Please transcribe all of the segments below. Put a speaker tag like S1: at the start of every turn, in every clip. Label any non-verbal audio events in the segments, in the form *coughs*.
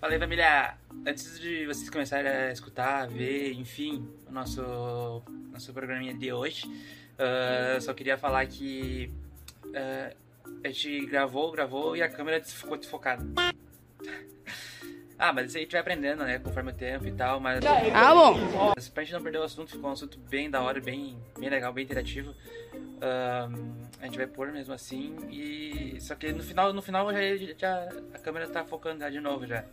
S1: Falei, família, antes de vocês começarem a escutar, ver, enfim, o nosso, nosso programinha de hoje, ah, só queria falar que ah, a gente gravou, gravou e a câmera des- ficou desfocada. *laughs* ah, mas isso aí a gente vai aprendendo, né, conforme o tempo e tal, mas...
S2: Ah, bom.
S1: Mas pra gente não perder o assunto, ficou um assunto bem da hora, bem, bem legal, bem interativo. Ahn, a gente vai pôr mesmo assim e. Só que no final, no final já, já- a câmera tá focando já de novo já.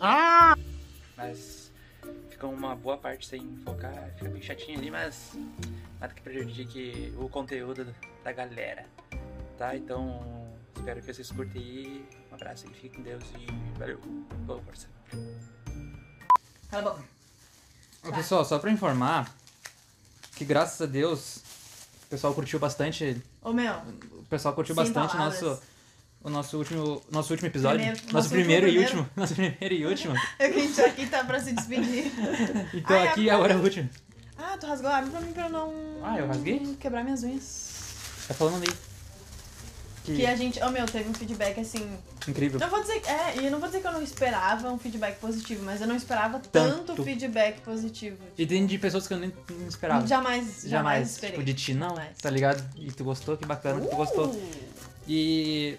S3: Ah!
S1: Mas fica uma boa parte sem focar, fica bem chatinho ali, mas nada que prejudique o conteúdo da galera. Tá? Então espero que vocês curtem aí. Um abraço e fiquem com Deus e valeu. Boa força.
S4: Cala a boca.
S5: Ô, pessoal, só pra informar que graças a Deus o pessoal curtiu bastante.
S4: Ô, meu.
S5: O pessoal curtiu
S4: Sem
S5: bastante o
S4: palavras.
S5: nosso, o nosso último. Nosso último episódio.
S4: Primeiro-
S5: nosso,
S4: nosso
S5: primeiro
S4: último,
S5: e último. *laughs* Nosso primeiro e último.
S4: É que *laughs* a gente aqui tá pra se despedir.
S5: Então
S4: Ai,
S5: aqui agora é o último.
S4: Ah, tu rasgou a árvore pra mim pra eu não...
S5: Ah, eu rasguei?
S4: Quebrar minhas unhas.
S5: Tá falando aí. Que,
S4: Que a gente... Ô, meu, teve um feedback, assim...
S5: incrível.
S4: Não vou dizer... É, e eu não vou dizer que eu não esperava um feedback positivo, mas eu não esperava
S5: Tanto.
S4: tanto, feedback positivo.
S5: E tem de pessoas que eu nem, nem esperava.
S4: Jamais, jamais
S5: Jamais.
S4: esperei.
S5: Tipo, de ti não,
S4: Jamais. Uh!
S5: tá ligado? E tu gostou, que bacana que tu gostou. E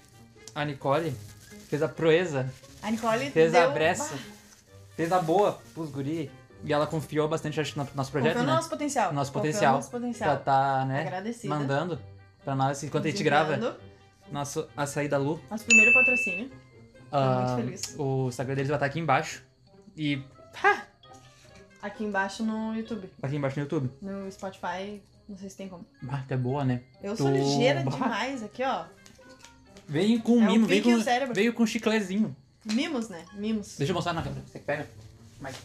S5: a Nicole fez a proeza
S4: A Nicole
S5: Fez
S4: deu...
S5: a breça. Fez a boa pros guri. E ela confiou bastante, acho, no nosso projeto,
S4: Confiou
S5: né?
S4: no nosso potencial.
S5: Nosso
S4: Confiou no
S5: potencial.
S4: nosso
S5: Pra
S4: potencial.
S5: tá, né?
S4: Agradecida.
S5: Mandando pra nós. Enquanto a gente grava
S4: Desenviando.
S5: nosso açaí da Lu.
S4: Nosso primeiro patrocínio.
S5: ah,
S4: muito feliz.
S5: O Instagram deles vai estar aqui embaixo. E
S4: Aqui embaixo no YouTube.
S5: aqui embaixo no YouTube.
S4: No Spotify, não sei se tem como.
S5: Marca é boa, né?
S4: Eu sou
S5: Tu-
S4: ligeira
S5: Bah.
S4: demais aqui, ó.
S5: Veio com um
S4: É o
S5: mimo, veio
S4: pique e
S5: com,
S4: o cérebro.
S5: veio com um chiclezinho.
S4: Mimos, né? Mimos.
S5: Deixa eu mostrar na câmera. Você que pega? Mas...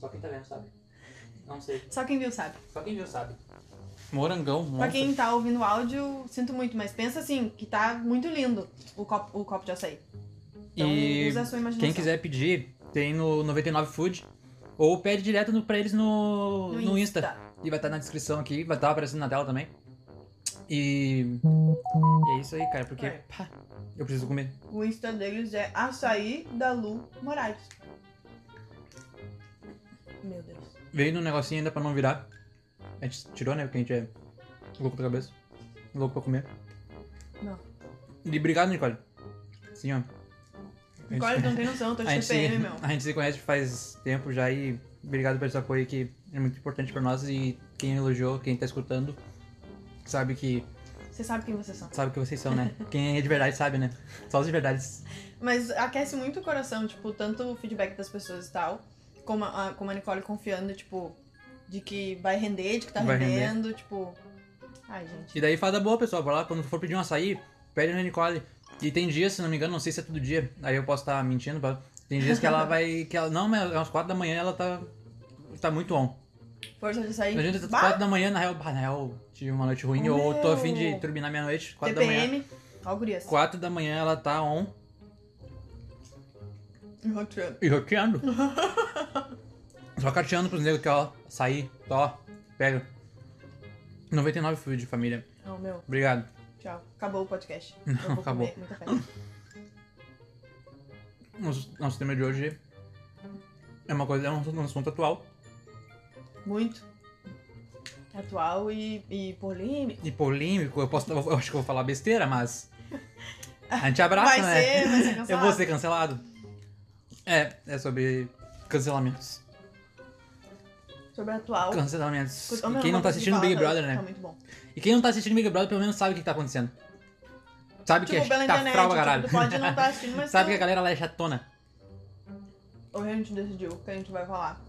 S5: Só quem tá vendo sabe. Não sei.
S4: Só quem viu sabe.
S5: Só quem viu sabe. Morangão, monstro.
S4: Pra quem tá ouvindo o áudio, sinto muito, mas pensa assim, que tá muito lindo o copo, o copo de açaí. Então
S5: E
S4: usa a sua imaginação.
S5: Quem quiser pedir, tem no 99 Food. Ou pede direto no, pra eles no, no, Insta. E vai estar na descrição aqui, vai estar aparecendo na tela também. E. e é isso aí, cara, porque.
S4: Vai.
S5: pá, eu preciso comer.
S4: O Insta deles é açaí da Lu Moraes. Meu Deus.
S5: Veio no negocinho ainda pra não virar. A gente tirou, né? Porque a gente é louco pra cabeça. Louco pra comer.
S4: Não.
S5: E obrigado, Nicole. Sim, ó. A gente-
S4: Agora não tem noção, eu tô
S5: *laughs* A
S4: de
S5: gente,
S4: TPM, meu.
S5: a gente se conhece faz tempo já e obrigado por esse apoio que é muito importante pra nós e quem elogiou, quem tá escutando, sabe que
S4: Você sabe quem vocês são.
S5: sabe que vocês são,
S4: *laughs*
S5: né? Quem é de verdade sabe, né? Só os de verdade.
S4: Mas aquece muito o coração, tipo, tanto o feedback das pessoas e tal, como a, a- como a Nicole confiando, tipo, de que vai render, de que tá
S5: Vai render.
S4: rendendo, tipo. Ai, gente.
S5: E daí faz a boa, pessoal, vai lá quando for pedir um açaí, pede na Nicole. E tem dias, se não me engano, não sei se é todo dia, aí eu posso estar mentindo, pra- tem dias que ela vai que ela não, mas é umas 4 da manhã ela tá tá muito on.
S4: Força de sair.
S5: A gente tá
S4: Bah!
S5: 4 da manhã, na real, bah, na real, tive uma noite ruim, ou tô afim de turbinar minha noite, 4 da manhã.
S4: TPM. Ó, gurias. *laughs*
S5: 4 da manhã ela tá on.
S4: Enroteando.
S5: E roteando. Só carteando pros negros que, ó, sair, ó, pega. 99 food, família.
S4: Ó, meu.
S5: Obrigado.
S4: Tchau. Acabou
S5: *laughs*
S4: o podcast.
S5: Não,
S4: Eu vou
S5: acabou.
S4: comer muita fé.
S5: Nosso, nosso tema de hoje é uma coisa, é um, um assunto atual
S4: Muito. Atual e, e polêmico.
S5: e polêmico. Eu, posso, eu acho que eu vou falar besteira, mas. A gente abraça,
S4: vai
S5: né?
S4: ser, vai ser cancelado.
S5: *laughs* eu vou ser cancelado. É, é sobre cancelamentos.
S4: Sobre a atual.
S5: Cancelamentos.
S4: Ô, meu,
S5: E quem não tá
S4: consegui
S5: assistindo
S4: falar,
S5: Big
S4: tá-
S5: Brother, né?
S4: Tá muito bom.
S5: E quem não tá assistindo Big Brother pelo menos sabe o que que tá acontecendo. Sabe que
S4: tipo,
S5: a
S4: pela
S5: gente tá
S4: internet,
S5: frau pra
S4: tipo,
S5: caralho.
S4: tu pode não tá assistindo,
S5: *laughs*
S4: mas
S5: Sabe que
S4: tu-
S5: a galera lá é chatona.
S4: Hoje a gente decidiu o que a gente vai falar.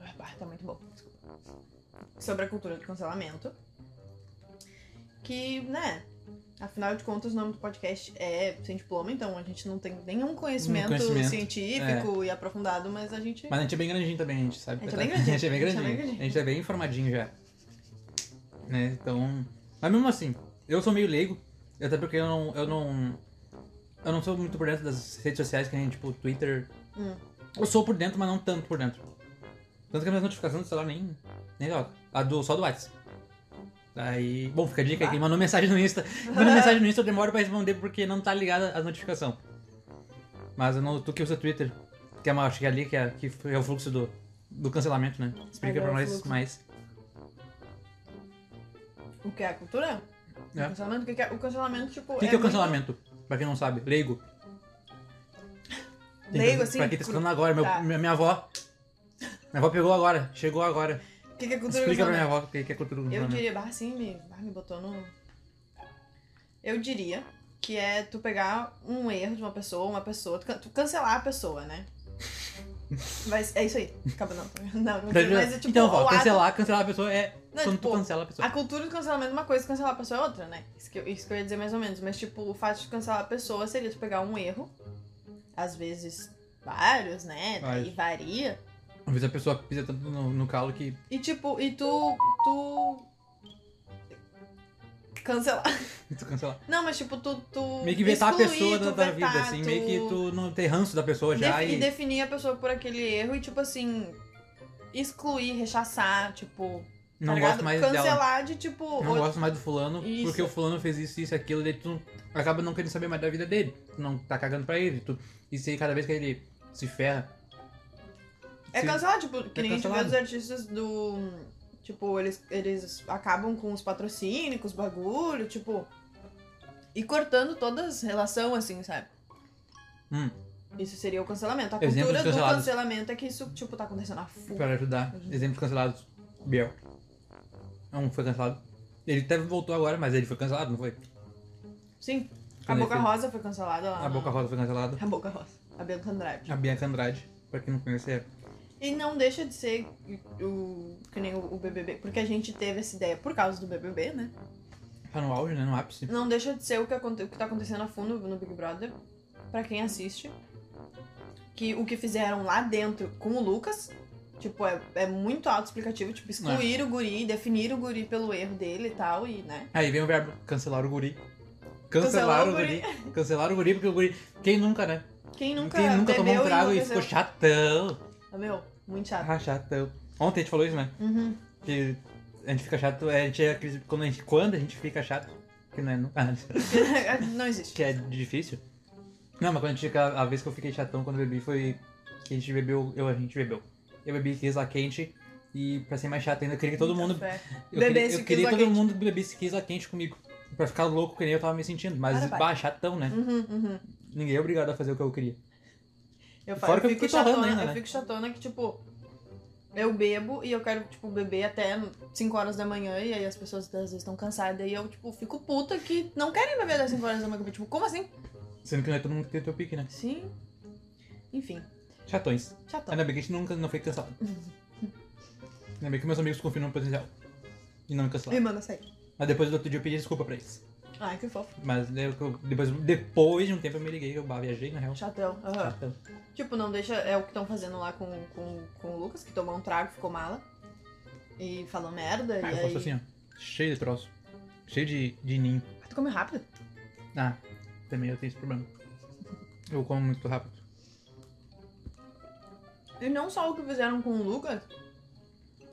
S4: Ah, bah, tá muito bom. Desculpa. Sobre a cultura do cancelamento. Que, né? Afinal de contas, o nome do podcast é sem diploma, então a gente não tem nenhum conhecimento,
S5: Nenhum conhecimento, É.
S4: científico e aprofundado, mas a gente.
S5: Mas a gente é bem grandinho também, a gente sabe.
S4: A gente é
S5: tá?
S4: bem grandinho,
S5: *laughs* A gente é bem
S4: a gente é
S5: grandinho.
S4: bem grandinho.
S5: A gente é bem informadinho já. Né? Então. Mas mesmo assim, eu sou meio leigo. Até porque eu não. Eu não, eu não sou muito por dentro das redes sociais, que nem tipo Twitter.
S4: Hum.
S5: Eu sou por dentro, mas não tanto por dentro. Tanto que a minha notificação do celular nem. Nem toca. A do, só do WhatsApp. Aí.
S4: *laughs*
S5: Bom, fica a dica aí. Quem mandou mensagem no Insta. Quem Mandou mensagem no Insta, eu demoro pra responder porque não tá ligada a notificação. Mas eu não, tu que usa Twitter, que é uma, acho que é ali que é, que é o fluxo do, do cancelamento, né? Explica
S4: Agora
S5: pra
S4: é o
S5: nós
S4: fluxo.
S5: mais.
S4: O que é a cultura?
S5: É.
S4: O cancelamento? O que que é o cancelamento, tipo.
S5: O que, que é o cancelamento? Pra quem não sabe, leigo.
S4: muito Leigo, assim.
S5: Pra quem tá escutando agora, meu-
S4: Tá.
S5: minha, minha avó. Minha avó pegou agora, chegou agora.
S4: O que que é cultura
S5: Explica pra minha
S4: cancelamento?
S5: avó o que que é cultura do
S4: Eu
S5: cancelamento.
S4: diria, bah, sim, me, bah, me botou no. Eu diria que é tu pegar um erro de uma pessoa, uma pessoa, tu, can- tu cancelar a pessoa,
S5: *laughs*
S4: né? Mas é isso aí. Acaba não. *laughs* Não, não
S5: Pra-
S4: mas é tipo.
S5: então,
S4: o
S5: vó,
S4: ato-
S5: cancelar, cancelar a pessoa é
S4: Não,
S5: quando
S4: tipo,
S5: tu cancela a pessoa.
S4: A cultura do cancelamento é uma coisa, cancelar a pessoa é outra, né? Isso que, eu, isso que eu ia dizer mais ou menos. Mas, tipo, o fato de cancelar a pessoa seria tu pegar um erro, às vezes vários, né? Daí
S5: Vários.
S4: varia.
S5: Às vezes a pessoa pisa tanto no, no calo que. *laughs*
S4: E, tipo, e tu. Tu. Cancelar.
S5: Tu cancela.
S4: Não, mas, tipo, tu. tu
S5: Meio que vetar
S4: excluir,
S5: a pessoa
S4: tu
S5: da, da
S4: vetar,
S5: vida, assim. Meio que tu não tem ranço da pessoa
S4: Defi-
S5: já
S4: e...
S5: e.
S4: definir a pessoa por aquele erro e, tipo, assim. Excluir, rechaçar, tipo. tá
S5: Não
S4: ligado?
S5: gosto mais
S4: Cancelar
S5: dela.
S4: de, tipo.
S5: Não
S4: ou-
S5: gosto mais do fulano,
S4: Isso.
S5: porque o fulano fez isso, isso, aquilo, daí tu acaba não querendo saber mais da vida dele. Tu não tá cagando pra ele. Tu... E se cada vez que ele se ferra.
S4: É
S5: se-
S4: cancelar, tipo, que
S5: É
S4: nem a gente vê
S5: cancelado.
S4: os artistas do. Tipo, eles, eles acabam com os patrocínios, com os bagulho, tipo. E cortando todas relação, assim, sabe?
S5: Hum,
S4: Isso seria o cancelamento. A
S5: Exemplos
S4: cultura do
S5: cancelados.
S4: cancelamento é que isso, tipo, tá acontecendo a full.
S5: pra ajudar.
S4: Uhum.
S5: Exemplos cancelados. Biel. Um foi cancelado. Ele até voltou agora, mas ele foi cancelado, não foi?
S4: Sim. A
S5: Quando ele
S4: Boca
S5: fez-
S4: Rosa foi cancelada lá.
S5: A
S4: na-
S5: Boca Rosa foi cancelada.
S4: A Boca Rosa. A Bianca Andrade.
S5: A Bianca Andrade, pra quem não conhece, é
S4: E não deixa de ser o. Que nem o o BBB. Porque a gente teve essa ideia por causa do BBB, né?
S5: tá no auge, né? No ápice.
S4: Não deixa de ser o que, aconte- o que tá acontecendo a fundo no Big Brother, pra quem assiste. Que o que fizeram lá dentro com o Lucas, tipo, é, é muito autoexplicativo, tipo,
S5: É.
S4: excluir o guri, definir o guri pelo erro dele e tal, e né?
S5: Aí vem o verbo cancelar o guri.
S4: Cancelar
S5: Cancelar
S4: o
S5: o guri. Cancelar o guri, porque o guri. Quem nunca, né?
S4: Quem nunca,
S5: Quem nunca
S4: bebeu
S5: tomou um trago e ficou
S4: enlouqueceu?
S5: chatão.
S4: Ah, Meu, muito chato.
S5: Ah, chatão. Ontem a gente falou isso, né?
S4: Uhum. *laughs*
S5: Que a gente fica chato. é, A gente é aquele- quando, a gente, quando a gente fica chato, que não é nunca, *laughs*
S4: Não existe.
S5: que é difícil. Não, mas quando a gente fica. A vez que eu fiquei chatão quando eu bebi foi. Que a gente bebeu. Eu, a gente bebeu. Eu bebi quisa quente. E pra ser mais chato ainda, eu queria que todo mundo.
S4: Café.
S5: Eu
S4: Bebesse
S5: queria, eu
S4: quisa
S5: queria que todo
S4: quente.
S5: mundo bebesse quisa quente comigo. Pra ficar louco que nem eu tava me sentindo. Mas,
S4: Cara, vai.
S5: bah, chatão, né?
S4: Uhum, uhum.
S5: Ninguém é obrigado a fazer o que eu queria.
S4: Eu, fa-
S5: Fora que
S4: eu
S5: eu
S4: fico
S5: fico torrando
S4: chatona,
S5: ainda,
S4: eu
S5: né?
S4: fico chatona que, tipo, eu bebo e eu quero, tipo, beber até 5 horas da manhã e aí as pessoas às vezes estão cansadas e eu, tipo, fico puta que não querem beber até 5 horas da manhã. Tipo, como assim?
S5: Sendo que não é todo mundo que tem o teu pique, né?
S4: Sim. Enfim,
S5: Chatões.
S4: chatão.
S5: Ainda bem que a gente nunca não foi
S4: *laughs*
S5: cancelado. Ainda bem que meus amigos confiam no potencial. E não me
S4: Me
S5: cancelaram.
S4: manda sair.
S5: Mas depois do outro dia eu pedi desculpa pra eles.
S4: Ai, que fofo.
S5: Mas daí eu- depois, depois de um tempo eu me liguei, eu bah, viajei na real.
S4: Chatão. aham.
S5: Chatão.
S4: Tipo, não deixa. É o que estão fazendo lá com, com, com o Lucas, que tomou um trago, ficou mala. E falou merda.
S5: Ah,
S4: e
S5: eu
S4: aí.
S5: faço assim, ó. Cheio de troço. Cheio de, de ninho.
S4: Ah, tu comeu rápido?
S5: Ah, também eu tenho esse problema. Eu como muito rápido.
S4: E não só o que fizeram com o Lucas,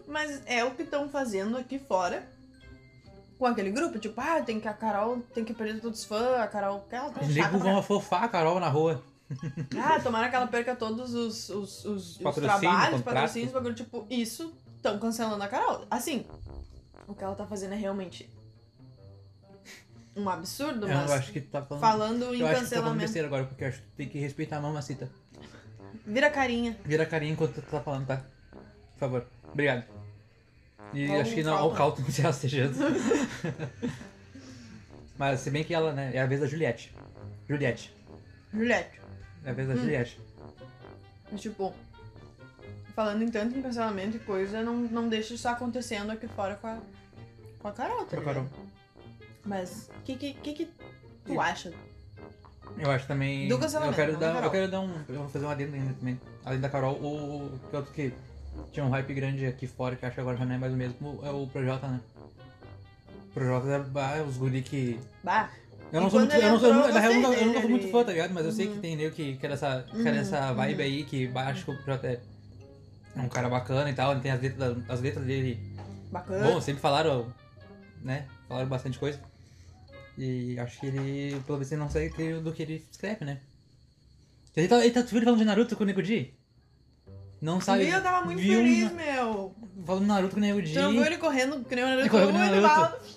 S4: mas é o que estão fazendo aqui fora com aquele grupo. Tipo, ah, tem que a Carol tem que perder todos os fãs, a Carol que ela tá
S5: Os
S4: chata.
S5: negros
S4: pra
S5: vão afofar a Carol na rua.
S4: caralho." Ah, tomara que ela perca todos os, os, os, os
S5: Patrocínio,
S4: trabalhos,
S5: contrato.
S4: patrocínios, bagulho. Tipo, isso estão cancelando a Carol. Assim, o que ela tá fazendo é realmente um absurdo,
S5: eu
S4: mas
S5: acho que tá falando.
S4: falando em
S5: eu acho que tá falando
S4: cancelamento.
S5: besteira agora, porque eu acho que tem que respeitar a mamacita.
S4: Vira carinha.
S5: Vira a carinha enquanto tu tá falando, tá? Por favor. Obrigado. E
S4: Ou
S5: acho que não, ó, o
S4: Calton.
S5: Calton *laughs* se rastejando. Mas se bem que ela, né, é a vez da Juliette. Juliette.
S4: Juliette.
S5: É a vez da
S4: Hum.
S5: Juliette.
S4: Mas, tipo, falando em tanto em cancelamento e coisa, não, não deixa isso acontecendo aqui fora com a, com a Carol, tá
S5: Pra
S4: ligado?
S5: Carol.
S4: Mas o que, que, que, que tu
S5: E-
S4: acha?
S5: Eu acho também.
S4: Do cancelamento,
S5: eu quero
S4: não da
S5: dar,
S4: Carol.
S5: Eu quero dar um. Eu vou fazer um adendo ainda também. Além da Carol, o. o que outro que tinha um hype grande aqui fora, que eu acho que agora já não é mais o mesmo, é o Projota, né? O Projota é ah, os guri que.
S4: Bah,
S5: Eu não
S4: E
S5: sou
S4: quando
S5: muito,
S4: ele
S5: eu não sou,
S4: entrou, eu
S5: na real, eu nunca,
S4: gostei
S5: eu nunca
S4: dele.
S5: fui muito fã, tá ligado? Mas eu sei que tem nego que quer essa, quer
S4: Uhum,
S5: essa vibe aí, que acho que o Projota é é um cara bacana e tal, ele tem as letras, as letras dele.
S4: bacana.
S5: Bom, sempre falaram, né? Falaram bastante coisa. E acho que ele, pelo menos, ele não sai do que ele escreve, né? Ele tá, ele tá super falando de Naruto com o Nego Di? Não sabe. um
S4: Viu? Eu tava muito
S5: viu
S4: feliz, meu.
S5: Na, falando de Naruto com o Nego Di.
S4: Tu não viu ele correndo que nem o Naruto?
S5: correu que
S4: Correndo
S5: nem o
S4: muito
S5: Naruto.
S4: mal.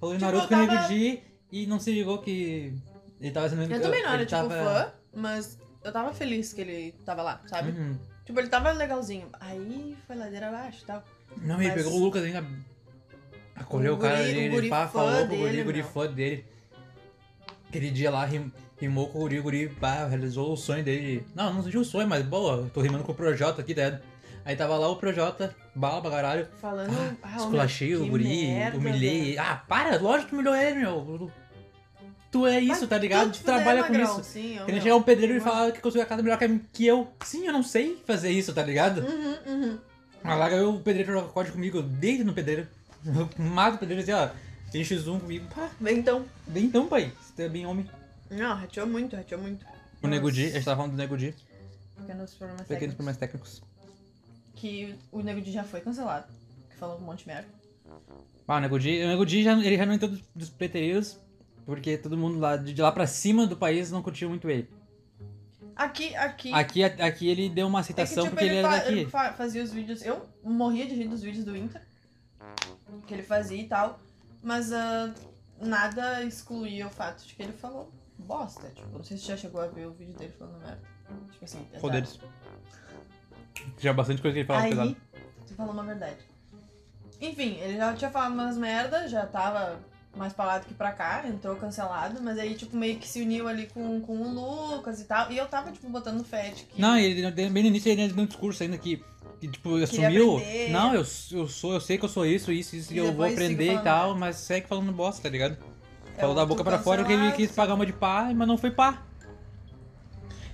S5: Falou de
S4: Tipo,
S5: Naruto
S4: eu
S5: com o Nego
S4: tava-
S5: Di e não se ligou que ele tava sendo.
S4: Eu também não era,
S5: ele
S4: tipo, fã, mas eu tava feliz que ele tava lá, sabe?
S5: Uhum.
S4: Tipo, ele tava legalzinho. Aí foi ladeira abaixo e tal.
S5: Não, ele
S4: Mas-
S5: pegou o Lucas ainda. Acolheu
S4: O
S5: o, cara
S4: guri-
S5: ali,
S4: o
S5: ele
S4: guri
S5: pá,
S4: fã
S5: falou com o guri,
S4: dele,
S5: guri
S4: meu.
S5: fã dele. Aquele dia lá, rim- rimou com o guri, guri, pá, realizou o sonho dele. Não, não sentiu o sonho, mas boa, eu tô rimando com o Projota aqui, né? Aí tava lá o Projota, bala pra caralho.
S4: Falando.
S5: Ah,
S4: Ah,
S5: esculachei
S4: meu,
S5: o
S4: que
S5: guri,
S4: merda,
S5: humilhei. ele. Ah, para, lógico que humilhou ele, meu. Tu é isso, tá ligado? Tu trabalha com isso.
S4: Sim, eu,
S5: Querendo
S4: meu.
S5: chegar um pedreiro e
S4: Nossa.
S5: falar que construiu a casa melhor que a- que eu. Sim, eu não sei fazer isso, tá ligado?
S4: Uhum, uhum.
S5: Mas lá eu, o pedreiro joga código comigo, eu deito no pedreiro. *laughs* Eu mato o pedreiro assim, ó. Tem X1 comigo. Pá,
S4: Bem, Então,
S5: bem então, pai. Você tá bem homem.
S4: não, rateou muito, rateou muito.
S5: O Nego Di, a gente tava falando do Nego Di.
S4: Pequenos problemas
S5: Pequenos
S4: técnicos.
S5: problemas técnicos.
S4: Que o Nego Di já foi cancelado. Que falou um monte de merda.
S5: Ah, o Nego Di, o Nego Di já, ele já não entrou dos, dos preterios, porque todo mundo lá, de, de lá pra cima do país não curtiu muito ele.
S4: Aqui, aqui. é tipo,
S5: Aqui, a- aqui ele deu uma aceitação porque É tipo, ele,
S4: fa-
S5: era daqui.
S4: fa- fazia os vídeos. Eu morria de rir dos vídeos do Inter. Que ele fazia e tal. Mas ah, nada excluía o fato de que ele falou bosta. Tipo, não sei se você já chegou a ver o vídeo dele falando merda. Tipo assim, pesado.
S5: Qual deles? Já bastante coisa que ele falava
S4: Aí,
S5: pesado.
S4: tu falou uma verdade. Enfim, ele já tinha falado umas merda, já tava mais pra lá do que pra cá, entrou cancelado, mas aí, tipo, meio que se uniu ali com, com o Lucas e tal. E eu tava, tipo, botando fé de que.
S5: Não, ele ele- bem no início ele deu um discurso ainda que, que tipo, assumiu.
S4: aprender.
S5: Não, eu, eu sou, eu sei que eu sou isso, isso, isso,
S4: E
S5: e eu vou
S4: depois sigo
S5: aprender e
S4: falando
S5: tal, mas segue falando bosta, tá ligado?
S4: É,
S5: Falou da
S4: tu
S5: boca pra fora que ele
S4: cancelado,
S5: quis pagar uma de pá, mas não foi pá.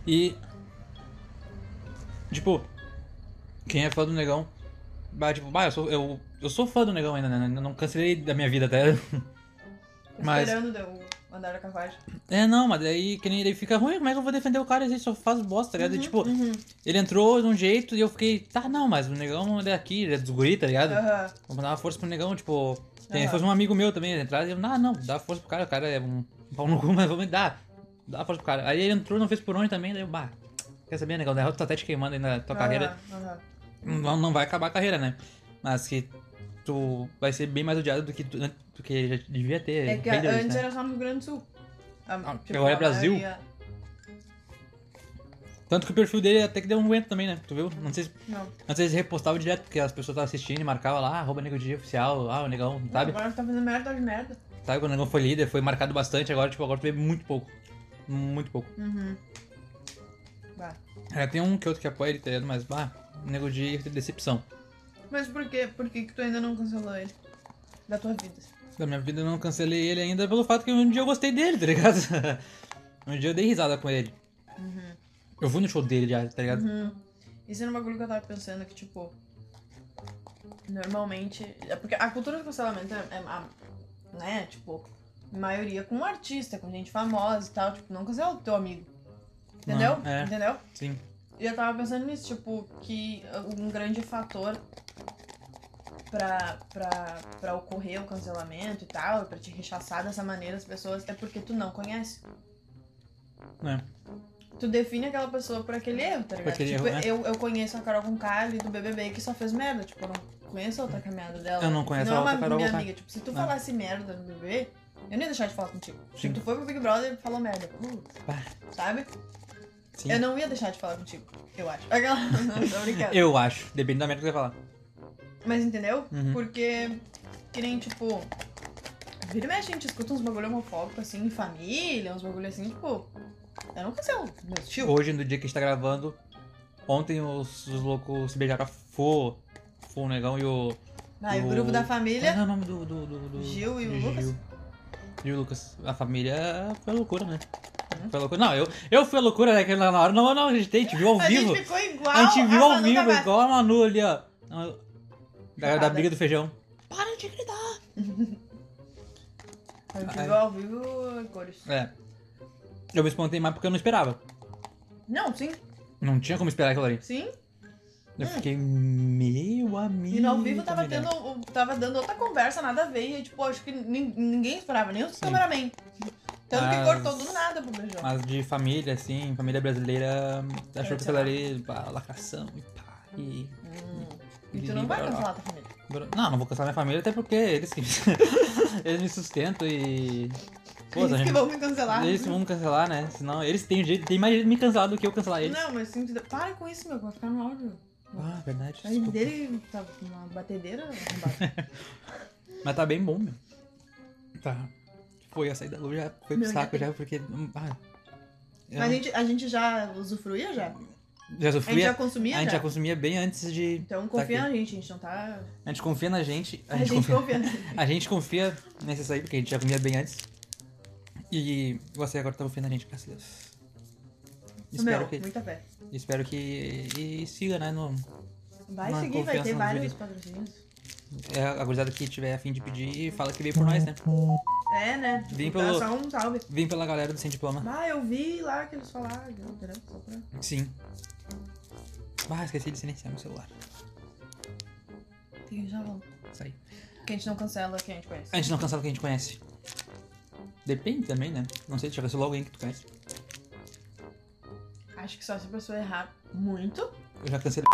S5: E. Tipo, quem é fã do negão. Bah, tipo, bah, eu sou, eu, eu sou fã do negão ainda, né? Eu não cancelei da minha vida até. Mas.
S4: Esperando o andar da carruagem.
S5: É, não, mas daí que nem ele fica ruim, como é que eu vou defender o cara? Ele só faz bosta, tá ligado? E, tipo,
S4: Uhum.
S5: ele entrou de um jeito e eu fiquei, tá, não, mas o negão ele é daqui, ele é dos guri, tá ligado?
S4: Aham.
S5: Vou dar uma força pro negão, tipo. Tem,
S4: Aham.
S5: fosse um amigo meu também ele entrar, eu, ah, não, dá força pro cara, o cara é um pau no cu, *laughs* mas vamos dar. Dá força pro cara. Aí ele entrou, não fez por onde também, daí eu, bah, quer saber, negão? Daí tu tá até te queimando aí na tua
S4: Aham,
S5: carreira.
S4: aham.
S5: Não, não vai acabar a carreira, né? Mas que tu vai ser bem mais odiado do que, tu, né, do que já devia ter.
S4: É que
S5: bem deles,
S4: antes
S5: né?
S4: era só no Rio Grande do Sul. tipo, A-
S5: Ah, agora é
S4: a
S5: Brasil?
S4: maioria-
S5: Tanto que o perfil dele até que deu um aumento também, né? Tu viu? Não sei se.
S4: Não.
S5: Antes eles repostavam direto, porque as pessoas estavam assistindo e marcavam lá, arroba Nego Di Oficial, ah, o Negão, sabe?
S4: Agora tá fazendo merda de merda.
S5: Sabe quando o Negão foi líder, foi marcado bastante, agora, tipo, agora tu vê muito pouco. Muito pouco.
S4: Uhum. Vai.
S5: É, tem um que outro que apoia ele, tá ligado? Mas, bah, o Nego Di é decepção.
S4: Mas por quê? Por que, que tu ainda não cancelou ele? Da tua vida. assim.
S5: Da minha vida eu não cancelei ele ainda pelo fato que um dia eu gostei dele, tá ligado? *laughs* um dia eu dei risada com ele.
S4: Uhum.
S5: Eu fui no show dele já, tá ligado?
S4: Isso era um bagulho que eu tava pensando que, tipo. Normalmente. É porque a cultura do cancelamento é, é a- né, tipo, maioria com artista, com gente famosa e tal. Tipo, não cancela o teu amigo. Entendeu?
S5: Não, é.
S4: Entendeu?
S5: Sim.
S4: E eu tava pensando nisso, tipo, que um grande fator pra, pra, pra ocorrer o cancelamento e tal, pra te rechaçar dessa maneira as pessoas, é porque tu não conhece.
S5: É.
S4: Tu define aquela pessoa por aquele erro, tá ligado?
S5: aquele
S4: tipo,
S5: erro, né?
S4: eu, eu conheço a Carol Conká ali do BBB que só fez merda, tipo, eu não conheço a outra caminhada dela.
S5: Eu não conheço
S4: não
S5: a
S4: é uma
S5: outra Carol
S4: minha
S5: Conká.
S4: amiga, tipo, se tu
S5: Não.
S4: falasse merda no BBB, eu não ia deixar de falar contigo.
S5: Sim.
S4: Tipo, tu foi pro Big Brother e falou merda. Uh, sabe?
S5: Sim.
S4: Eu não ia deixar de falar contigo, eu acho. *laughs* Aquela... Não, tô brincando.
S5: Eu acho, depende da merda que você vai falar.
S4: Mas entendeu?
S5: Uhum.
S4: Porque que nem, tipo. Vira e mexe, a gente escuta uns bagulho homofóbico assim, em família, uns bagulho assim, tipo. Eu não cancelo, meu tio.
S5: Hoje, no dia que a gente tá gravando, ontem os, os loucos se beijaram a Fô, Fô, o Negão e o.
S4: Aí o
S5: o-
S4: grupo da
S5: Qual
S4: família.
S5: é o nome do. do, do, do-
S4: Gil e o
S5: Gil.
S4: Lucas?
S5: Gil e o Lucas. A família foi loucura, né?
S4: Hum?
S5: Foi loucura. Não, eu, eu fui a loucura naquela na hora. Não, não, a gente, tem, a gente viu ao
S4: a
S5: vivo.
S4: gente ah, ficou igual.
S5: a gente viu
S4: a
S5: ao
S4: Manu
S5: vivo,
S4: Gavassi.
S5: igual a Manu ali, ó. Não, Da, da
S4: Chocada.
S5: briga do feijão. Para de gritar.
S4: A gente
S5: Ai.
S4: viu ao vivo em cores.
S5: É. Eu me espantei mais porque eu não esperava.
S4: Não, sim,
S5: Não tinha como esperar aquilo ali.
S4: sim.
S5: Eu fiquei, meu amigo.
S4: Hum. E no ao vivo tava
S5: amiga.
S4: tendo. Tava dando outra conversa, nada a ver. E tipo, acho que nin- ninguém esperava, nem os cameramen. Tanto que
S5: Mas-
S4: cortou do nada pro Brejão.
S5: Mas de família, assim, família brasileira, achou que
S4: Tradicional.
S5: pelaria pá, lacração e pá. E...
S4: E tu Hum, então não vai cancelar a tua família.
S5: Não, não vou cancelar minha família, até porque eles que *laughs* eles me sustentam e. Pô,
S4: Eles
S5: gente-
S4: que vão me cancelar.
S5: eles que vão me cancelar, né? Senão eles têm jeito, tem mais jeito de me cancelar do que eu cancelar eles.
S4: Não, mas assim, para com isso, meu, vai ficar no áudio.
S5: Ah, verdade.
S4: Aí
S5: desculpa.
S4: dele tá uma batedeira
S5: *laughs*
S4: arrombada.
S5: Mas tá bem bom, meu. Tá. Foi, a saída da luz já foi pro
S4: Meu, já
S5: saco
S4: tem-
S5: já, porque. hum, Ah, eu
S4: Mas a gente, a gente já usufruía
S5: já
S4: já? A gente
S5: sofria.
S4: já consumia
S5: a gente
S4: já?
S5: já consumia bem antes de. tá
S4: Então confia
S5: aqui.
S4: na gente, a gente não tá.
S5: A gente confia na gente.
S4: *laughs* A gente
S5: confia-
S4: confia na gente.
S5: A gente confia nesse açaí, porque a gente já comia bem antes. E você agora tá confiando na gente, graças a Deus. Espero
S4: Meu,
S5: que,
S4: muita fé.
S5: espero que e siga, né? No,
S4: Vai
S5: Uma
S4: seguir, vai
S5: confiança
S4: ter
S5: no
S4: vários patrocínios.
S5: é, a gurizada que tiver a fim de pedir, fala que veio por nós, né?
S4: É, né?
S5: Vem
S4: Dá
S5: pelo-
S4: Só um salve.
S5: Vem pela galera do Sem Diploma.
S4: Ah, eu vi lá que eles falaram, entendeu? Só pra...
S5: Sim. Ah, esqueci de silenciar meu celular.
S4: Tem já vão.
S5: Isso aí.
S4: Que a gente não cancela quem a gente conhece.
S5: A gente não cancela quem a gente conhece. Depende também, né? Não sei, já cancelou alguém que tu conhece.
S4: Acho que só se a pessoa errar muito.
S5: Eu já cancelei.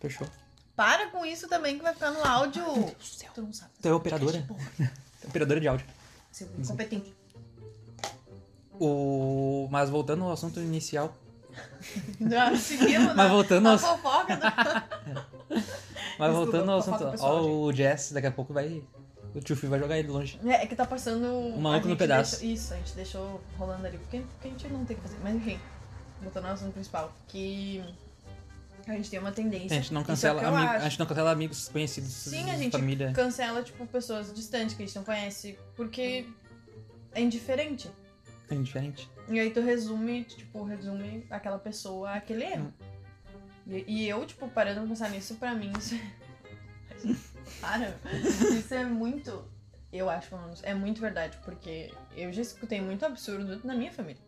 S5: Fechou.
S4: Para com isso também que vai ficar no áudio.
S5: Meu Deus do céu.
S4: Tu não sabe.
S5: Tu é operadora? Operadora de áudio.
S4: Seu incompetente. *laughs*
S5: O... Mas voltando ao assunto inicial.
S4: Já seguimos, né?
S5: Mas voltando
S4: A
S5: ao,
S4: fofoca tá do...
S5: mas voltando ao
S4: fofoca
S5: assunto.
S4: pessoal,
S5: Ó, o Jess daqui a pouco vai. O tio Fio vai jogar ele longe.
S4: É é que tá passando. O
S5: Um maluco no pedaço.
S4: isso, a gente deixou rolando ali, porque, porque a gente não tem o que fazer. Mas enfim, voltando ao assunto principal, que a gente tem uma
S5: A
S4: tendência.
S5: gente não
S4: isso é o
S5: cancela
S4: que eu
S5: amigos.
S4: acho.
S5: A gente não cancela amigos conhecidos.
S4: Sim, a gente
S5: família.
S4: cancela, tipo, pessoas distantes que a gente não conhece, porque é indiferente.
S5: É indiferente.
S4: E aí tu resume, tipo, resume aquela pessoa aquele erro. E, e eu, tipo, parando pra pensar nisso, pra mim isso *laughs* é. Para! Isso é muito. Eu acho, pelo menos, é muito verdade, porque eu já escutei muito absurdo na minha família.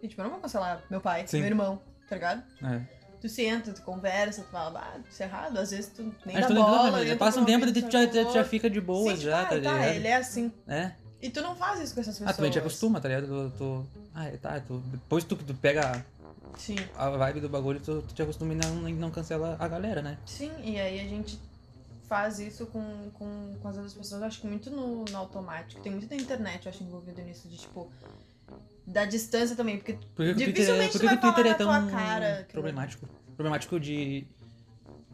S4: E, tipo, eu não vou cancelar meu pai,
S5: Sim.
S4: meu irmão, tá ligado?
S5: É.
S4: Tu senta, tu conversa, tu fala, ah, isso é errado, às vezes tu nem
S5: A
S4: dá
S5: gente
S4: bola.
S5: família.
S4: entra
S5: Passa um
S4: por
S5: tempo e
S4: ouvido,
S5: tu já,
S4: sai por
S5: já, já
S4: outro.
S5: fica de boa
S4: Sim, tipo,
S5: já,
S4: ah,
S5: tá ligado?
S4: ele é assim.
S5: É.
S4: E tu não faz isso com essas
S5: Ah,
S4: pessoas.
S5: tu a gente acostuma, tá ligado? Tu, tu- Ah, tá. Tu... Depois tu, tu pega
S4: Sim.
S5: a vibe do bagulho, tu, tu te acostuma e não, não cancela a galera, né?
S4: Sim, e aí a gente faz isso com, com, com as outras pessoas, eu acho que muito no, no automático. Tem muito da internet, eu acho, envolvido nisso, de tipo. Da distância também, porque
S5: Por que, que o Twitter, é-
S4: Dificilmente
S5: por
S4: tu
S5: que que o
S4: vai falar
S5: Twitter é
S4: na
S5: tão
S4: tua cara que-
S5: problemático? Problemático de.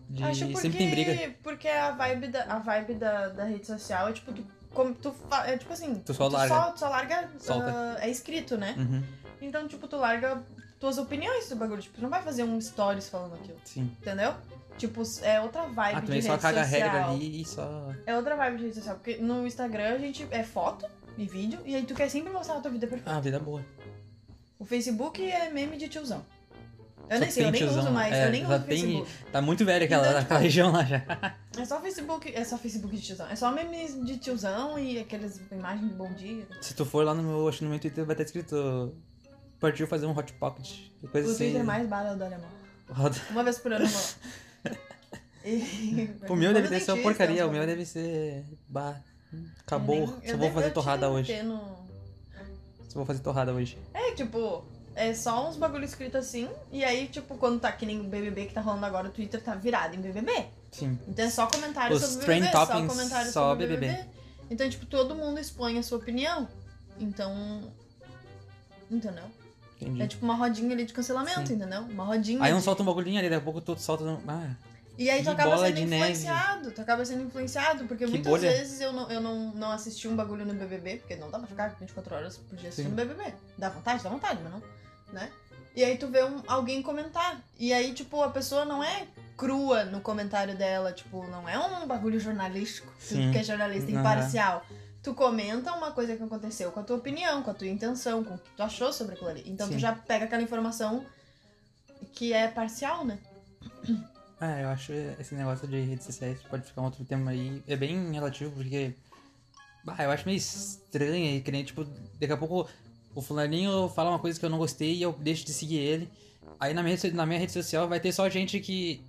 S5: de
S4: acho porque,
S5: sempre tem briga.
S4: porque a vibe, da, a vibe da, da rede social é tipo, tu, como, tu fa- é tipo assim,
S5: Tu só larga.
S4: só, tu só larga,
S5: Solta.
S4: ah, é escrito, né?
S5: Uhum,
S4: Então, tipo, tu larga tuas opiniões do bagulho, tipo, tu não vai fazer um stories falando aquilo,
S5: sim.
S4: entendeu? Tipo, é outra vibe
S5: Ah,
S4: de
S5: também
S4: rede
S5: só caga a
S4: social.
S5: regra ali e só.
S4: É outra vibe de rede social, porque no Instagram a gente é foto e vídeo, e aí tu quer sempre mostrar a tua vida perfeita.
S5: Ah, vida boa.
S4: O Facebook é meme de tiozão. Eu
S5: Só
S4: nem sei,
S5: tem
S4: eu nem
S5: tiozão,
S4: uso mais,
S5: é,
S4: eu nem
S5: só
S4: uso
S5: tem-
S4: Facebook.
S5: Tá muito velha aquela,
S4: Então,
S5: aquela *laughs* região lá já.
S4: É só Facebook, é só Facebook de tiozão. É só memes de tiozão e aquelas imagens de bom dia.
S5: Se tu for lá no meu, acho que no meu Twitter vai estar escrito. Partiu fazer um hot pocket. e Coisa
S4: o
S5: assim.
S4: Twitter mais bala do alemão.
S5: *laughs* Roda-
S4: Uma vez por ano eu
S5: *laughs*
S4: vou lá. E-
S5: O meu
S4: Quando
S5: deve ter sido uma
S4: dentista,
S5: porcaria, o
S4: eu
S5: meu
S4: sou-
S5: deve ser. Bah.
S4: é eu
S5: Acabou,
S4: nem- eu
S5: só vou
S4: nem-
S5: fazer
S4: eu
S5: torrada
S4: tive
S5: hoje.
S4: que ter no-
S5: Só vou fazer torrada hoje.
S4: É, tipo, é só uns bagulho escrito assim. E aí, tipo, quando tá que nem o BBB que tá rolando agora, o Twitter tá virado em BBB.
S5: Sim.
S4: Então é só comentário
S5: Os
S4: sobre
S5: trend
S4: BBB, só
S5: toppings,
S4: comentário
S5: só
S4: sobre
S5: BBB.
S4: BBB. Então, tipo, todo mundo expõe a sua opinião. Então. Entendeu? É
S5: Entendi.
S4: tipo uma rodinha ali de cancelamento,
S5: Sim.
S4: entendeu? Uma rodinha.
S5: Aí um
S4: de-
S5: solta um bagulhinho ali, daqui a pouco tu solta. um- Ah,
S4: E aí
S5: de
S4: tu acaba
S5: bola
S4: sendo
S5: de neve.
S4: influenciado. Tu acaba sendo influenciado, porque
S5: Que
S4: muitas
S5: bolha.
S4: vezes eu, não, eu não, não assisti um bagulho no BBB, porque não dá pra ficar 24 horas por dia assistindo
S5: Sim.
S4: BBB. Dá vontade? Dá vontade, mas não. Né? E aí tu vê um- alguém comentar. E aí, tipo, a pessoa não é crua no comentário dela, tipo, não é um bagulho jornalístico.
S5: Sim.
S4: Tu que é jornalista
S5: Aham.
S4: imparcial. Tu comenta uma coisa que aconteceu com a tua opinião, com a tua intenção, com o que tu achou sobre aquilo ali. Então
S5: Sim.
S4: tu já pega aquela informação que é parcial, né?
S5: É, eu acho esse negócio de rede sociais pode ficar um outro tema aí. É bem relativo, porque. Ah, eu acho meio estranho aí, que nem, tipo, daqui a pouco o fulaninho fala uma coisa que eu não gostei e eu deixo de seguir ele. Aí na minha, rede- na minha rede social vai ter só gente que.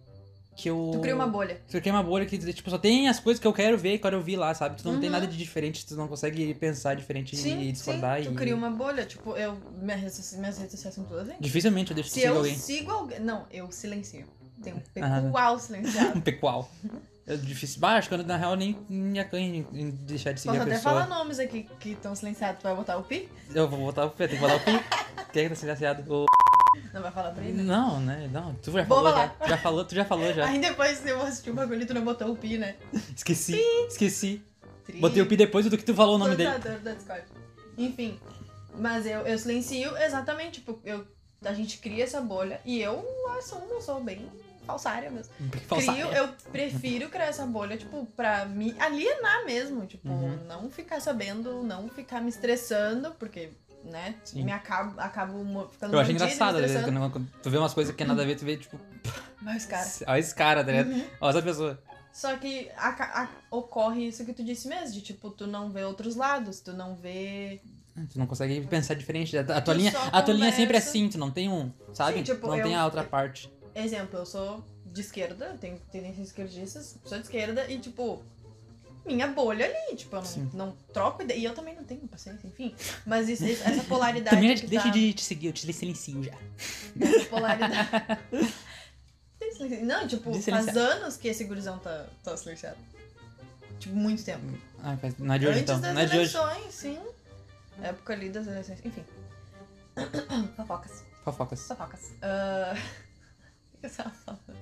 S5: que eu.
S4: Tu cria uma bolha.
S5: Tu cria uma bolha que, tipo, só tem as coisas que eu quero ver e quero ouvir lá, sabe? Tu não tem
S4: Uhum.
S5: nada de diferente, tu não consegue pensar diferente e
S4: Sim, sim.
S5: discordar
S4: Tu
S5: e.
S4: cria uma bolha. Tipo, eu. Minhas redes, minhas redes sociais são todas assim.
S5: Dificilmente eu deixo de
S4: Se
S5: seguir
S4: eu
S5: alguém.
S4: sigo alguém. Não, eu silencio. Tem um
S5: Ah. *laughs*
S4: pecual silenciado.
S5: Um pecual. É difícil. Bah, acho que eu, na real, nem me acanho em, em deixar de seguir
S4: Posso
S5: a
S4: até
S5: pessoa.
S4: falar nomes aqui que estão silenciados. Tu vai botar o pi?
S5: Eu vou botar o pé, tem que botar o pi. Quem é que tá silenciado? O...
S4: Não vai falar pra ele?
S5: Não, né? Não, tu já
S4: Vou
S5: falou já.
S4: falar.
S5: Tu já falou, tu já falou já.
S4: Aí depois eu vou assistir o bagulho e tu não botou o pi, né?
S5: Esqueci, esqueci.
S4: Tri-
S5: Botei o pi depois do que tu falou o nome dele.
S4: Coordenador da Discord. Enfim, mas eu, eu silencio exatamente, tipo, eu, a gente cria essa bolha e eu assumo, eu sou bem falsária mesmo.
S5: Falsária.
S4: Crio, eu prefiro criar essa bolha, tipo, pra me alienar mesmo, tipo,
S5: Uhum.
S4: não ficar sabendo, não ficar me estressando, porque, né,
S5: Sim.
S4: me acabo, acabo mo- ficando
S5: Eu acho
S4: mordida, me
S5: engraçado, às vezes,
S4: estressando.
S5: quando, quando tu vê umas coisas que nada a ver, tu vê, tipo,
S4: Mas, cara, Uhum.
S5: olha esse cara, tá ligado? Olha essa pessoa.
S4: Só que aca- a- ocorre isso que tu disse mesmo, de tipo, tu não vê outros lados, tu não vê.
S5: Tu não consegue pensar diferente. A tua,
S4: Tu
S5: linha,
S4: só
S5: a tua linha sempre é
S4: conversa.
S5: assim, tu não tem um, sabe?
S4: Sim, tipo,
S5: não
S4: eu-
S5: tem a outra parte.
S4: Exemplo, eu sou de esquerda, eu tenho tendências esquerdistas, sou de esquerda e tipo. Minha bolha ali, tipo, eu
S5: Sim.
S4: não, não troco ideia. E eu também não tenho paciência, enfim. Mas isso- isso-
S5: *laughs*
S4: essa polaridade.
S5: Também
S4: que
S5: deixa
S4: tá-
S5: de te seguir, eu te silencio já.
S4: Essa polaridade. *laughs* não, tipo, faz
S5: Desilenciado.
S4: anos que esse gurizão tá, tá silenciado. Tipo, muito tempo.
S5: Ah, faz- não é de hoje
S4: Antes
S5: então,
S4: das
S5: não é de hoje.
S4: eleições, sim. Época ali das eleições, enfim. *coughs* Fofocas,
S5: Fofocas.
S4: fofocas. Ah, *laughs* O que eu tava falando?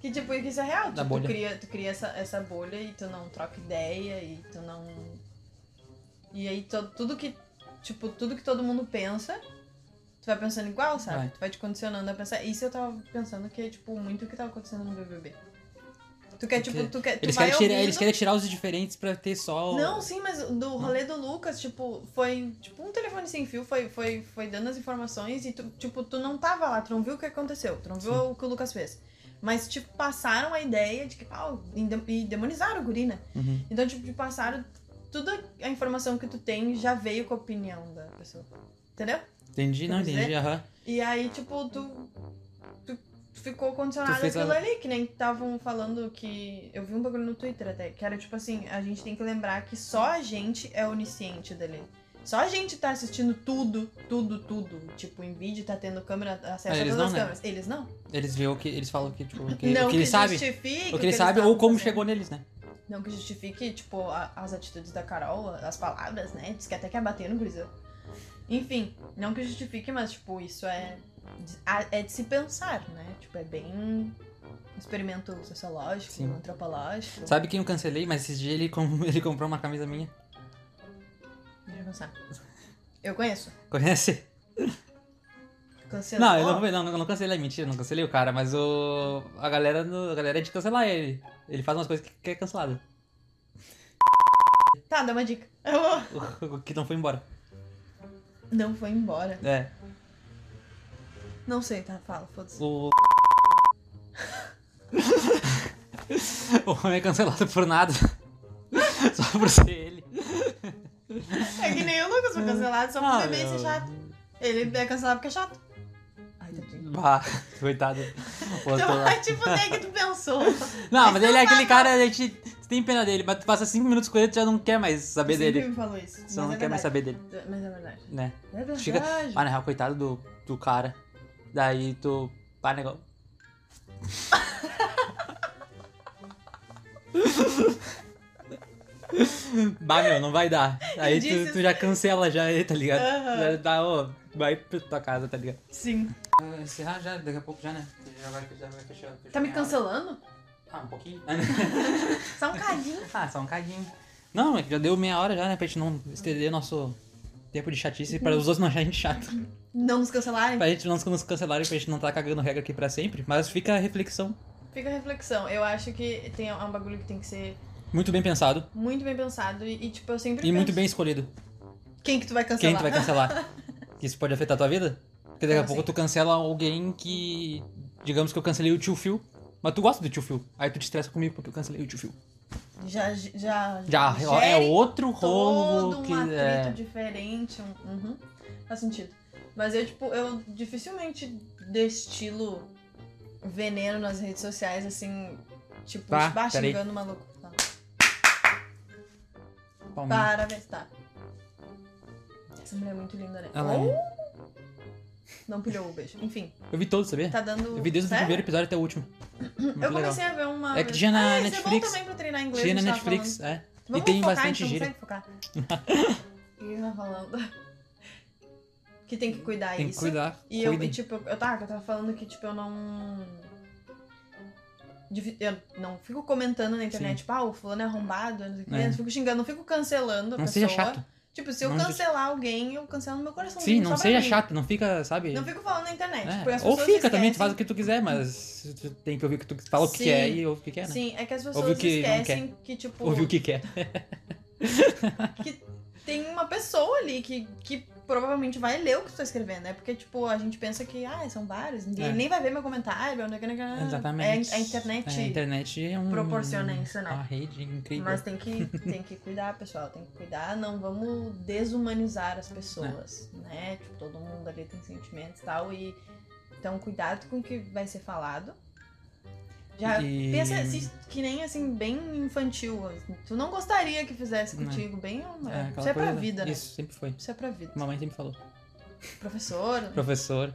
S4: Que tipo, que isso é real.
S5: Da
S4: Tipo,
S5: bolha.
S4: Tu cria, tu cria essa, essa bolha e tu não troca ideia e tu não. E aí to- tudo que. Tipo, tudo que todo mundo pensa, tu vai pensando igual, sabe?
S5: Vai.
S4: Tu vai te condicionando a pensar. Isso eu tava pensando que é, tipo, muito o que tava acontecendo no BBB. Tu quer, tipo,
S5: Porque
S4: tu quer. Tu
S5: Eles
S4: vai
S5: querem, tirar, eles
S4: ouvindo-
S5: querem tirar os diferentes pra ter só. o-
S4: não, sim, mas do rolê do Lucas, tipo, foi tipo um telefone sem fio, foi, foi, foi dando as informações e tu, tipo, tu não tava lá, tu não viu o que aconteceu, tu não viu o que o Lucas fez. Mas, tipo, passaram a ideia de que, pau, e de- e demonizaram o guri, né?
S5: Uhum.
S4: Então, tipo, te passaram toda a informação que tu tem já veio com a opinião da pessoa. Entendeu?
S5: Entendi, não
S4: Quer dizer,
S5: entendi, aham.
S4: E aí, tipo, tu, tu, tu ficou condicionado
S5: Tu fez
S4: àquilo
S5: a-
S4: ali, que nem estavam falando que. Eu vi um bagulho no Twitter até, que era tipo assim: a gente tem que lembrar que só a gente é onisciente dali. Só a gente tá assistindo tudo, tudo, tudo. Tipo, em vídeo tá tendo câmera, acesso
S5: Ah,
S4: a
S5: eles
S4: todas
S5: não,
S4: as
S5: né?
S4: câmeras. Eles não.
S5: Eles veem o que. Eles falam que, tipo, o que,
S4: não
S5: o que eles sabem. O
S4: justifique. tá
S5: que eles sabem ou como
S4: estavam fazendo.
S5: chegou neles, né?
S4: Não que justifique, tipo, a- as atitudes da Carol, as palavras, né? Diz que até quer bater no Brisa. Enfim, não que justifique, mas, tipo, isso é. de- a- É de se pensar, né? Tipo, é bem. um Experimento sociológico,
S5: Sim.
S4: antropológico.
S5: Sabe quem eu cancelei, mas esses dias ele, com- *laughs* ele comprou uma camisa minha.
S4: Deixa eu pensar. Eu conheço.
S5: Conhece?
S4: Cancelou.
S5: Não, eu não, não, não, não cancelei, mentira, não cancelei o cara, mas o. A galera, no- a galera é de cancelar ele. Ele faz umas coisas que, que é cancelado.
S4: Tá, dá uma dica. *laughs* Eu-
S5: O, o que não foi embora.
S4: Não foi embora.
S5: É.
S4: Não sei, tá? Fala, foda-se.
S5: O. *laughs* o homem é cancelado por nada. *laughs* Só por ser ele.
S4: É que nem o Lucas foi cancelado só
S5: Ah,
S4: por beber e
S5: meu.
S4: ser chato. Ele é cancelado porque é chato. Ai, tadinho.
S5: Bah, coitado. O outro
S4: Então,
S5: lá.
S4: *laughs* é tipo, nem que tu pensou.
S5: Não, mas ele é aquele cara, a gente tu tem pena dele, mas tu passa 5 minutos com ele tu já não quer mais saber
S4: Sempre
S5: dele.
S4: me falou isso.
S5: Só não
S4: mas é
S5: quer mais
S4: verdade.
S5: saber dele,
S4: Mas é verdade.
S5: né?
S4: É verdade.
S5: Chega- Ah, na real, coitado do, do cara. Daí tu. Pá, negão. *laughs* bah, meu, não vai dar. Aí tu,
S4: disse-
S5: tu já cancela já ele, tá ligado?
S4: Aham.
S5: Já dá, ó, vai pra tua casa, tá ligado?
S4: Sim.
S5: Encerrar já, daqui a pouco já, né? Já vai, já vai fechar.
S4: Tá me cancelando?
S5: Ah, um pouquinho.
S4: Só um cadinho.
S5: Ah, só um caguinho. Não, é que já deu meia hora já, né? Pra gente não estender nosso tempo de chatice pra os outros não acharem a gente chato.
S4: Não nos cancelarem.
S5: Pra gente não nos cancelarem, pra gente não tá cagando regra aqui pra sempre. Mas fica a reflexão.
S4: Fica a reflexão. Eu acho que tem é um bagulho que tem que ser
S5: Muito bem pensado
S4: muito bem pensado e, e, tipo, eu sempre
S5: e
S4: penso,
S5: muito bem escolhido.
S4: Quem que tu vai
S5: Quem tu
S4: cancelar?
S5: vai cancelar? Isso pode afetar a tua vida? Porque daqui a
S4: Como
S5: pouco
S4: assim?
S5: tu cancela alguém que Digamos que eu cancelei o tio Phil, mas tu gosta do tio Phil. Aí tu te estressa comigo porque eu cancelei o tio Phil.
S4: Já, já,
S5: Já, é
S4: gere
S5: outro rolo
S4: todo um
S5: que.
S4: atrito
S5: é...
S4: diferente. um- Uhum, faz sentido. Mas eu, tipo, eu dificilmente destilo veneno nas redes sociais, assim, tipo,
S5: Tá,
S4: bah,
S5: peraí.
S4: xingando o maluco. Tá.
S5: Palminha.
S4: Parabéns, tá. Essa mulher é muito linda, né?
S5: Ela é.
S4: Oh! Não pilhou o beijo. Enfim,
S5: Eu vi todos, sabia?
S4: tá dando.
S5: Eu vi desde o
S4: Sério?
S5: primeiro episódio até o último. Muito
S4: Eu
S5: legal.
S4: comecei a ver uma.
S5: É que
S4: vez.
S5: tinha na
S4: ah, esse é bom
S5: Netflix.
S4: também pra treinar inglês.
S5: Tinha na
S4: a gente tava
S5: Netflix, é.
S4: Falando.
S5: E tem
S4: focar,
S5: bastante
S4: então,
S5: gíria.
S4: Consegue focar.
S5: *laughs*
S4: O que eu tava falando? Que tem que cuidar
S5: Tem que
S4: Ah, isso.
S5: cuidar.
S4: E eu,
S5: cuidem.
S4: e, tipo, eu tava, eu tava falando que, tipo, eu não. Difi- Eu não fico comentando na internet,
S5: Sim.
S4: tipo, ah, o fulano é arrombado, não sei o que,
S5: É.
S4: não fico xingando, não fico cancelando a
S5: Não seja
S4: pessoa.
S5: chato.
S4: Tipo, se eu
S5: Não justi-
S4: cancelar alguém, eu cancelo meu coração.
S5: Sim, não
S4: só pra
S5: seja
S4: mim.
S5: chato, não fica, sabe?
S4: Não fico falando na internet.
S5: É.
S4: Porque as
S5: Ou
S4: pessoas
S5: fica também, tu
S4: esquecem-
S5: faz o que tu quiser, mas tu tem que ouvir o que tu fala o que
S4: Sim.
S5: quer e ouve o que quer, né?
S4: Sim, é que as pessoas
S5: Ouve o que não
S4: esquecem que, tipo,
S5: Ouvir o que quer.
S4: tem uma pessoa ali que, que provavelmente vai ler o que tu tá escrevendo, né? Porque, tipo, a gente pensa que, ah, são vários, ninguém
S5: É.
S4: nem vai ver meu comentário, não sei o que, não sei o que.
S5: Exatamente.
S4: É, a internet.
S5: É, a internet é um...
S4: proporciona isso, né?
S5: Uma rede incrível.
S4: Mas
S5: *laughs*
S4: tem que, tem que cuidar, pessoal. Tem que cuidar. Não vamos desumanizar as
S5: É.
S4: pessoas, né? Tipo, todo mundo ali tem sentimentos e tal. E, então, cuidado com o que vai ser falado. Já
S5: E-
S4: pensa assim, que nem assim, bem infantil. assim, Tu não gostaria que fizesse
S5: Né.
S4: contigo bem. Isso
S5: É,
S4: é,
S5: aquela
S4: pra
S5: coisa-
S4: vida, né?
S5: Isso, sempre foi.
S4: Isso é pra vida.
S5: Mamãe sempre falou.
S4: Professor,
S5: Professor.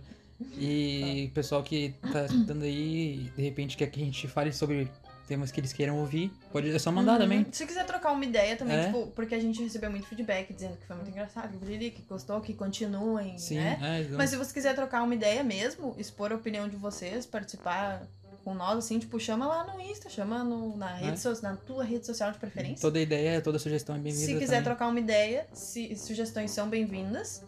S5: E pessoal que tá escutando aí, de repente quer que a gente fale sobre temas que eles queiram ouvir, pode é só mandar
S4: Uhum.
S5: também.
S4: Se quiser trocar uma ideia também,
S5: É.
S4: tipo, porque a gente recebeu muito feedback dizendo que foi muito engraçado, que brilha, que gostou, que continuem,
S5: Sim,
S4: né?
S5: é, então-
S4: Mas se você quiser trocar uma ideia mesmo, expor a opinião de vocês, participar com nós, assim, tipo, chama lá no Insta, chama no, na, rede
S5: É.
S4: so- na tua rede social de preferência.
S5: Toda ideia, toda sugestão é bem-vinda.
S4: Se quiser
S5: também.
S4: trocar uma ideia, se, sugestões são bem-vindas.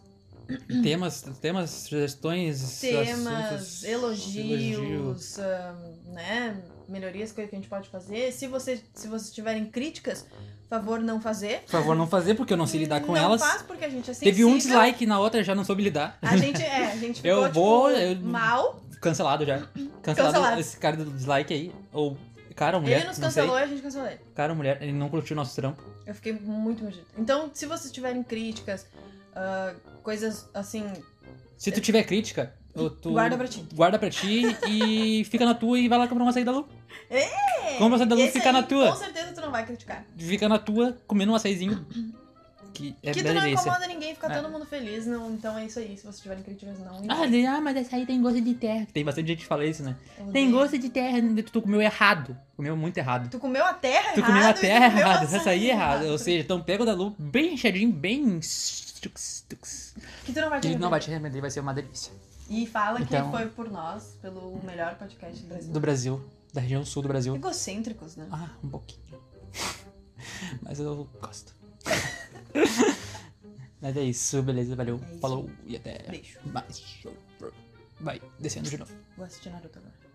S5: Temas, temas, sugestões,
S4: Temas,
S5: assuntos,
S4: elogios,
S5: elogios.
S4: ahn, né? Melhorias que a gente pode fazer. Se, você, se vocês tiverem críticas, favor não fazer. Hum,
S5: Por favor, não fazer, porque eu não sei lidar com
S4: não
S5: elas.
S4: faz porque a gente é
S5: Teve um
S4: sensível.
S5: dislike na outra, já não soube lidar.
S4: A gente, é, a gente ficou,
S5: *laughs* Eu vou-
S4: tipo,
S5: eu-
S4: mal.
S5: Cancelado já. Cancelado,
S4: Cancelado.
S5: esse cara do dislike aí. Ou cara ou mulher.
S4: ele nos
S5: não sei.
S4: cancelou e a gente cancelou ele.
S5: Cara ou mulher, ele não curtiu nosso trampo.
S4: Eu fiquei muito mordida. Então, se vocês tiverem críticas, ah, coisas assim,
S5: Se tu tiver crítica, ou tu.
S4: guarda pra ti.
S5: guarda pra ti e fica na tua e vai lá comprar uma açaí da Lu. Compra uma açaí da Lu,
S4: Esse
S5: tá fica
S4: aí,
S5: na tua.
S4: Com certeza tu não vai criticar.
S5: Fica na tua, comendo um açaizinho. Que é
S4: que tu não
S5: delícia.
S4: incomoda ninguém, fica
S5: É.
S4: todo mundo feliz. Não, então é isso aí. Se vocês tiverem críticas, não.
S5: Ah, ele- ah, mas açaí tem gosto de terra. Tem bastante gente que fala isso, né?
S4: Eu
S5: Tem
S4: odeio.
S5: gosto de terra, tu comeu errado. Comeu muito errado.
S4: Tu comeu a terra
S5: Tu
S4: errado.
S5: comeu a
S4: e tu
S5: terra
S4: comeu
S5: errada,
S4: açaí
S5: açaí errado. Ou seja, então pega o da Lu bem enxadinho, bem. tux, tux.
S4: Que tu não vai te
S5: E não vai
S4: arrepender.
S5: te arrepender, vai ser uma delícia.
S4: E fala
S5: Então-
S4: que foi por nós, pelo melhor podcast do Brasil.
S5: Do Brasil, da região sul do Brasil.
S4: Egocêntricos, né?
S5: Ah, um pouquinho. *laughs* Mas eu gosto. *laughs* Mas é isso, beleza, valeu.
S4: É isso.
S5: Falou e até
S4: Beijo.
S5: mais. Vai, descendo de novo.
S4: Gosto de Naruto agora.